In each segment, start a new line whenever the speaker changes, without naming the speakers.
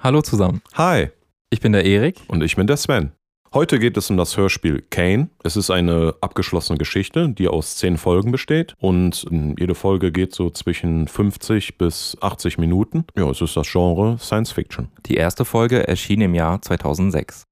Hallo zusammen.
Hi,
Ich bin der Erik.
und ich bin der Sven. Heute geht es um das Hörspiel Kane. Es ist eine abgeschlossene Geschichte, die aus zehn Folgen besteht und ähm, jede Folge geht so zwischen 50 bis 80 Minuten. Ja, es ist das Genre Science Fiction.
Die erste Folge erschien im Jahr 2006.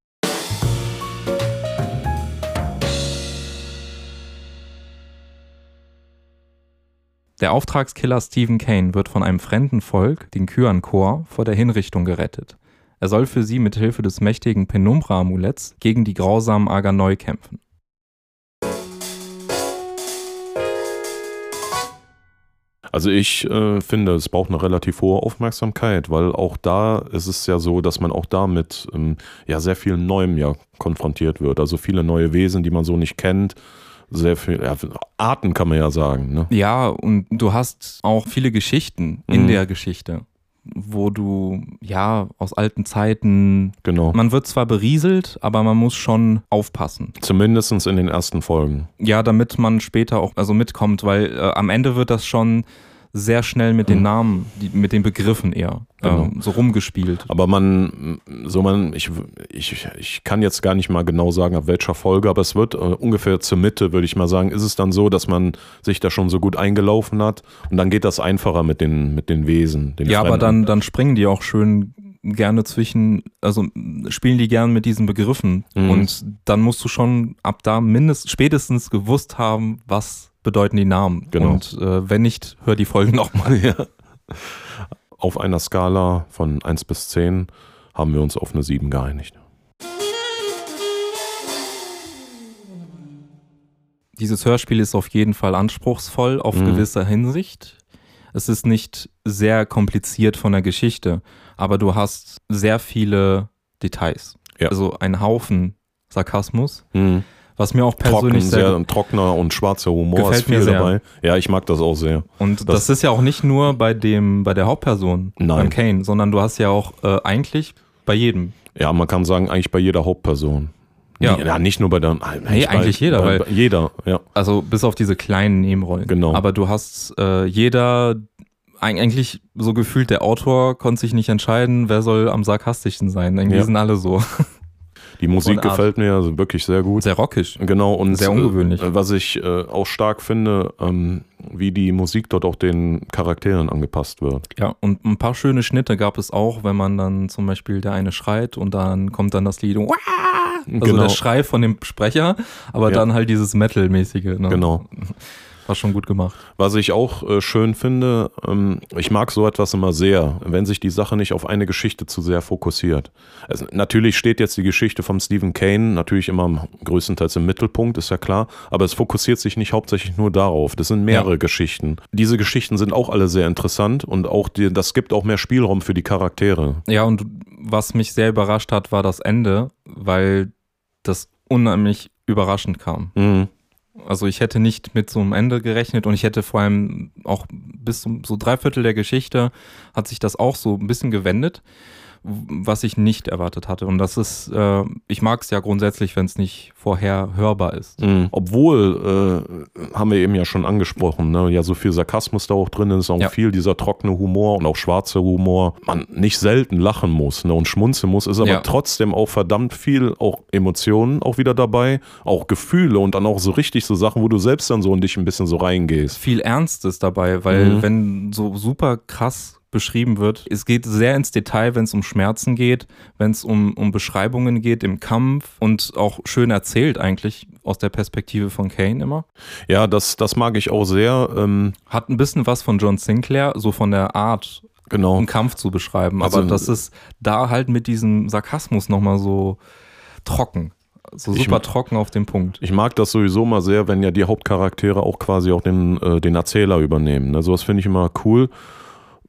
Der Auftragskiller Stephen Kane wird von einem fremden Volk, den Kyankor, vor der Hinrichtung gerettet. Er soll für sie mit Hilfe des mächtigen Penumbra-Amuletts gegen die grausamen Aganoi kämpfen.
Also ich äh, finde, es braucht eine relativ hohe Aufmerksamkeit, weil auch da ist es ja so, dass man auch damit ähm, ja sehr viel Neuem ja konfrontiert wird. Also viele neue Wesen, die man so nicht kennt, sehr viel ja, Arten kann man ja sagen. Ne?
Ja, und du hast auch viele Geschichten in
Mhm.
der Geschichte, wo du ja aus alten Zeiten
Genau.
Man wird zwar berieselt, aber man muss schon aufpassen.
Zumindest in den ersten Folgen.
Ja, damit man später auch also mitkommt, weil äh, am Ende wird das schon sehr schnell mit den
Mhm.
Namen, die, mit den Begriffen eher ähm,
Genau.
so rumgespielt.
Aber man, so man, ich, ich, ich kann jetzt gar nicht mal genau sagen, ab welcher Folge, aber es wird äh, ungefähr zur Mitte, würde ich mal sagen, ist es dann so, dass man sich da schon so gut eingelaufen hat und dann geht das einfacher mit den, mit den Wesen. Den
Ja, aber
Fremden.
dann, dann springen die auch schön gerne zwischen, also mh, spielen die gerne mit diesen Begriffen.
Mhm.
Und dann musst du schon ab da mindestens spätestens gewusst haben, was bedeuten die Namen.
Genau.
Und äh, wenn nicht, hör die Folgen nochmal.
ja. Auf einer Skala von 1 bis 10 haben wir uns auf eine 7 geeinigt.
Dieses Hörspiel ist auf jeden Fall anspruchsvoll auf
Mhm.
gewisser Hinsicht. Es ist nicht sehr kompliziert von der Geschichte, aber du hast sehr viele Details.
Ja.
Also einen Haufen Sarkasmus, was mir auch Mhm. persönlich
Trocken,
sehr,
sehr trockener und schwarzer Humor
Gefällt
ist viel
mir sehr.
dabei. Ja, ich mag das auch sehr.
und das,
das-
ist ja auch nicht nur bei dem bei der Hauptperson,
Nein.
beim Kane, sondern du hast ja auch äh, eigentlich bei jedem.
Ja, man kann sagen, eigentlich bei jeder Hauptperson.
Ja.
Nie- ja nicht nur bei der.
Nee, eigentlich jeder,
bei,
weil-
bei jeder, ja.
Also bis auf diese kleinen Nebenrollen.
Genau.
Aber du hast äh, jeder eig- eigentlich so gefühlt, der Autor konnte sich nicht entscheiden, wer soll am sarkastischsten sein. Irgendwie
Ja.
sind alle so.
Die Musik
Und Art.
gefällt mir also wirklich sehr gut.
Sehr rockig.
Genau, und
Sehr ungewöhnlich.
Äh, was ich äh, auch stark finde, ähm, wie die Musik dort auch den Charakteren angepasst wird.
Ja, und ein paar schöne Schnitte gab es auch, wenn man dann zum Beispiel der eine schreit und dann kommt dann das Lied. Wah! Also
Genau.
der Schrei von dem Sprecher, aber
Ja.
dann halt dieses Metal-mäßige. Ne?
Genau.
War schon gut gemacht.
Was ich auch äh, schön finde, ähm, ich mag so etwas immer sehr, wenn sich die Sache nicht auf eine Geschichte zu sehr fokussiert. Also, natürlich steht jetzt die Geschichte von Stephen Kane natürlich immer am- größtenteils im Mittelpunkt, ist ja klar, aber es fokussiert sich nicht hauptsächlich nur darauf. Das sind mehrere
Ja.
Geschichten. Diese Geschichten sind auch alle sehr interessant und auch die, das gibt auch mehr Spielraum für die Charaktere.
Ja, und was mich sehr überrascht hat, war das Ende, weil das unheimlich überraschend kam.
Mhm.
Also ich hätte nicht mit so einem Ende gerechnet und ich hätte vor allem auch bis zum so Dreiviertel der Geschichte hat sich das auch so ein bisschen gewendet, w- was ich nicht erwartet hatte. Und das ist, äh, ich mag es ja grundsätzlich, wenn es nicht vorher hörbar ist.
Mhm. Obwohl, äh, haben wir eben ja schon angesprochen, ne, ja so viel Sarkasmus da auch drin ist, auch
Ja.
viel dieser trockene Humor und auch schwarze Humor, man nicht selten lachen muss ne, und schmunzeln muss, ist aber
Ja.
trotzdem auch verdammt viel auch Emotionen auch wieder dabei, auch Gefühle und dann auch so richtig so Sachen, wo du selbst dann so in dich ein bisschen so reingehst.
Viel Ernstes dabei, weil
Mhm.
wenn so super krass beschrieben wird, es geht sehr ins Detail, wenn es um Schmerzen geht, wenn es um, um Beschreibungen geht im Kampf und auch schön erzählt eigentlich aus der Perspektive von Kane immer.
Ja, das, das mag ich auch sehr. Ähm,
Hat ein bisschen was von John Sinclair, so von der Art,
genau.
einen Kampf zu beschreiben. Aber
Also-
das ist da halt mit diesem Sarkasmus nochmal so trocken. So
Ich-
super trocken auf den Punkt.
Ich mag das sowieso mal sehr, wenn ja die Hauptcharaktere auch quasi auch den, äh, den Erzähler übernehmen. Ne? Sowas finde ich immer cool,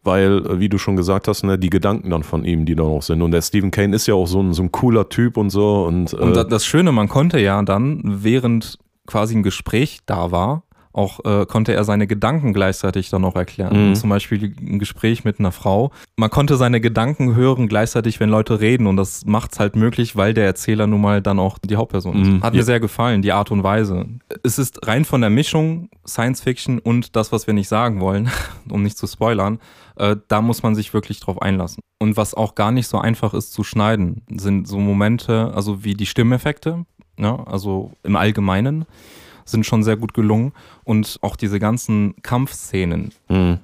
weil, äh, wie du schon gesagt hast, ne, die Gedanken dann von ihm, die da auch sind. Und der Stephen Kane ist ja auch so ein, so ein cooler Typ und so. Und, äh,
Und da- das Schöne, man konnte ja dann, während quasi ein Gespräch da war, auch äh, konnte er seine Gedanken gleichzeitig dann auch erklären.
Mhm.
Zum Beispiel ein Gespräch mit einer Frau. Man konnte seine Gedanken hören gleichzeitig, wenn Leute reden und das macht's halt möglich, weil der Erzähler nun mal dann auch die Hauptperson ist.
Mhm.
Hat
Ja.
mir sehr gefallen, die Art und Weise. Es ist rein von der Mischung Science Fiction und das, was wir nicht sagen wollen, um nicht zu spoilern, äh, da muss man sich wirklich drauf einlassen. Und was auch gar nicht so einfach ist zu schneiden, sind so Momente, also wie die Stimmeffekte, ja, also im Allgemeinen, sind schon sehr gut gelungen. Und auch diese ganzen Kampfszenen.
Mhm.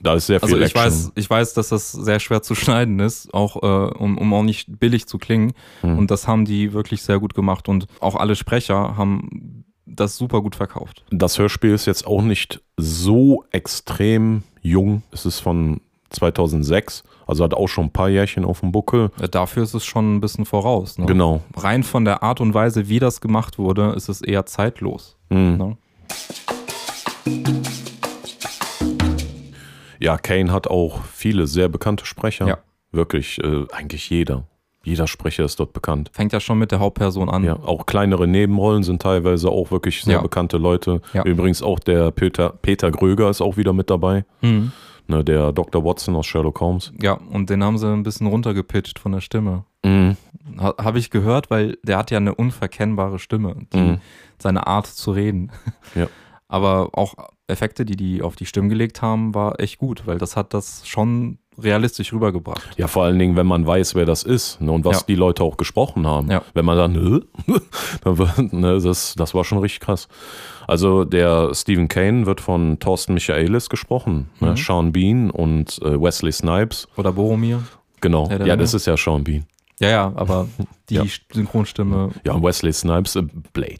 Da ist sehr viel
Also ich
Action.
weiß, ich weiß, dass das sehr schwer zu schneiden ist, auch äh, um, um auch nicht billig zu klingen.
Mhm.
Und das haben die wirklich sehr gut gemacht. Und auch alle Sprecher haben das super gut verkauft.
Das Hörspiel ist jetzt auch nicht so extrem jung. Es ist von 2006, also hat auch schon ein paar Jährchen auf dem Buckel.
Äh, Dafür ist es schon ein bisschen voraus. Ne?
Genau.
Rein von der Art und Weise, wie das gemacht wurde, ist es eher zeitlos.
Mhm.
Ne?
Ja, Kane hat auch viele sehr bekannte Sprecher.
Ja.
Wirklich, äh, eigentlich jeder. Jeder Sprecher ist dort bekannt.
Fängt ja schon mit der Hauptperson an.
Ja, auch kleinere Nebenrollen sind teilweise auch wirklich sehr
Ja.
bekannte Leute.
Ja.
Übrigens auch der Peter, Peter Gröger ist auch wieder mit dabei.
Mhm.
Ne, der Dr. Watson aus Sherlock Holmes.
ja, und den haben sie ein bisschen runtergepitcht von der Stimme.
Mhm.
Ha, Habe ich gehört, weil der hat ja eine unverkennbare Stimme, die,
Mhm.
seine Art zu reden.
Ja.
Aber auch Effekte, die die auf die Stimmen gelegt haben, war echt gut, weil das hat das schon realistisch rübergebracht.
Ja, vor allen Dingen, wenn man weiß, wer das ist ne, und was
Ja.
die Leute auch gesprochen haben.
Ja.
Wenn man dann, "Hä?" dann wird, ne, das, das war schon richtig krass. Also der Stephen Kane wird von Thorsten Michaelis gesprochen,
Mhm.
ne, Sean Bean und äh, Wesley Snipes.
Oder Boromir?
Genau,
Ja,
ja,
der
das
Name.
ist ja Sean Bean.
Ja, ja, aber die
Ja.
Synchronstimme,
Ja, und Wesley Snipes, äh, Blade.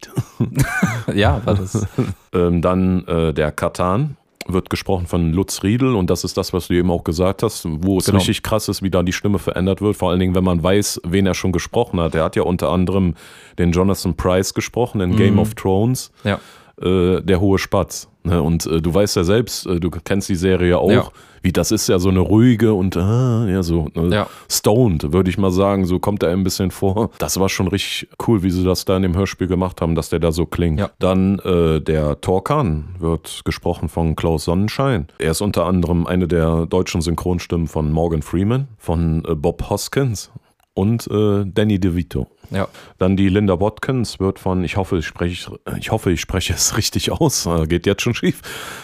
ja, war das.
Ähm, dann äh, der Katan wird gesprochen von Lutz Riedel und das ist das, was du eben auch gesagt hast, wo es
Genau.
richtig krass ist, wie da die Stimme verändert wird, vor allen Dingen, wenn man weiß, wen er schon gesprochen hat. Er hat ja unter anderem den Jonathan Price gesprochen in Game of Thrones,
Ja,
äh, der hohe Spatz. Ne? Und äh, du weißt ja selbst, äh, du kennst die Serie auch,
Ja.
wie das ist ja so eine ruhige und ah, ja so ne?
Ja.
stoned, würde ich mal sagen, so kommt er ein bisschen vor. Das war schon richtig cool, wie sie das da in dem Hörspiel gemacht haben, dass der da so klingt.
Ja.
Dann äh, der Torkan wird gesprochen von Klaus Sonnenschein. Er ist unter anderem eine der deutschen Synchronstimmen von Morgan Freeman, von äh, Bob Hoskins und äh, Danny DeVito.
ja.
Dann die Linda Watkins wird von, ich hoffe, ich spreche, ich hoffe, ich spreche es richtig aus, äh, geht jetzt schon schief,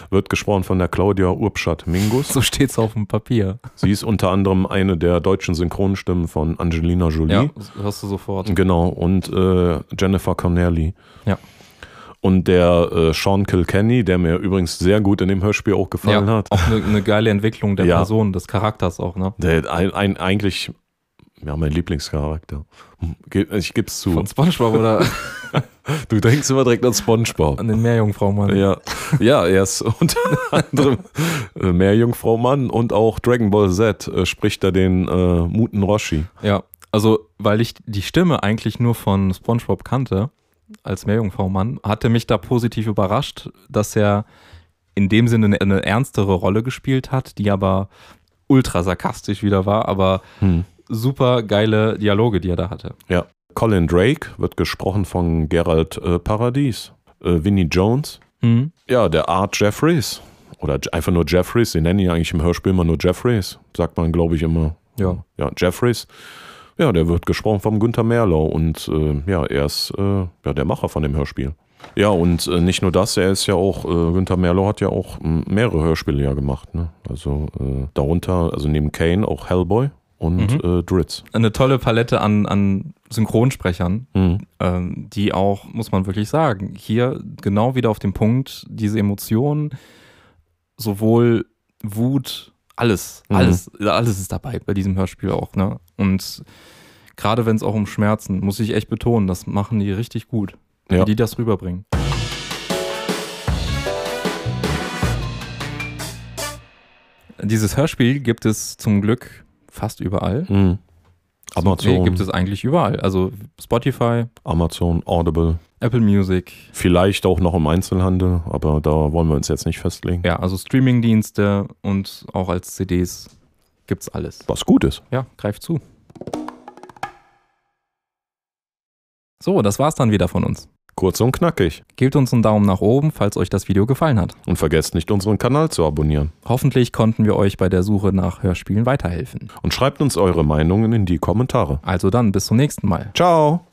wird gesprochen von der Claudia Urbschat-Mingus.
So steht's auf dem Papier.
Sie ist unter anderem eine der deutschen Synchronstimmen von Angelina
Ja,
Jolie.
das hörst du sofort.
Genau, und äh, Jennifer Connelly.
Ja.
Und der äh, Sean Kilkenny, der mir übrigens sehr gut in dem Hörspiel auch
Ja,
gefallen hat.
auch eine, eine geile Entwicklung der
Ja.
Person, des Charakters auch, ne?
Der, ein, ein, eigentlich, ja, mein Lieblingscharakter. Ge- Ich geb's zu.
Von Spongebob oder
Du denkst immer direkt an Spongebob.
an den Meerjungfraumann.
Ja, ja, er ist unter anderem äh, Meerjungfrau Mann und auch Dragon Ball Z äh, spricht er den äh, Muten Roshi.
Ja, also weil ich die Stimme eigentlich nur von SpongeBob kannte als Meerjungfrau-Mann, hatte mich da positiv überrascht, dass er in dem Sinne eine, eine ernstere Rolle gespielt hat, die aber ultra sarkastisch wieder war, aber super geile Dialoge, die er da hatte.
Ja. Colin Drake wird gesprochen von Gerald äh, Paradies. Äh, Vinnie Jones.
Mhm.
Ja, der Art Jeffries. Oder J- einfach nur Jeffries. Sie nennen ihn eigentlich im Hörspiel immer nur Jeffries. Sagt man, glaube ich, immer.
Ja.
Ja, Jeffries. Ja, der wird gesprochen vom Günther Merlau und äh, ja, er ist äh, ja, der Macher von dem Hörspiel. Ja, und äh, nicht nur das, er ist ja auch, äh, Günther Merlau hat ja auch m, mehrere Hörspiele ja gemacht, ne? Also äh, darunter, also neben Kane auch Hellboy und
Mhm.
äh, Dritz.
Eine tolle Palette an, an Synchronsprechern,
Mhm.
ähm, die auch, muss man wirklich sagen, hier genau wieder auf den Punkt, diese Emotionen, sowohl Wut, alles,
Mhm.
alles, alles ist dabei bei diesem Hörspiel auch, ne? Und gerade wenn es auch um Schmerzen, muss ich echt betonen, das machen die richtig gut,
Ja.
wie die das rüberbringen. Dieses Hörspiel gibt es zum Glück fast überall.
Mhm. Amazon,
Nee, gibt es eigentlich überall. Also Spotify,
Amazon, Audible,
Apple Music,
vielleicht auch noch im Einzelhandel, aber da wollen wir uns jetzt nicht festlegen.
ja, also Streamingdienste und auch als CDs gibt's alles.
Was gut ist.
Ja, greift zu. So, das war's dann wieder von uns.
Kurz und knackig.
Gebt uns einen Daumen nach oben, falls euch das Video gefallen hat.
Und vergesst nicht, unseren Kanal zu abonnieren.
Hoffentlich konnten wir euch bei der Suche nach Hörspielen weiterhelfen.
Und schreibt uns eure Meinungen in die Kommentare.
Also dann, bis zum nächsten Mal.
Ciao!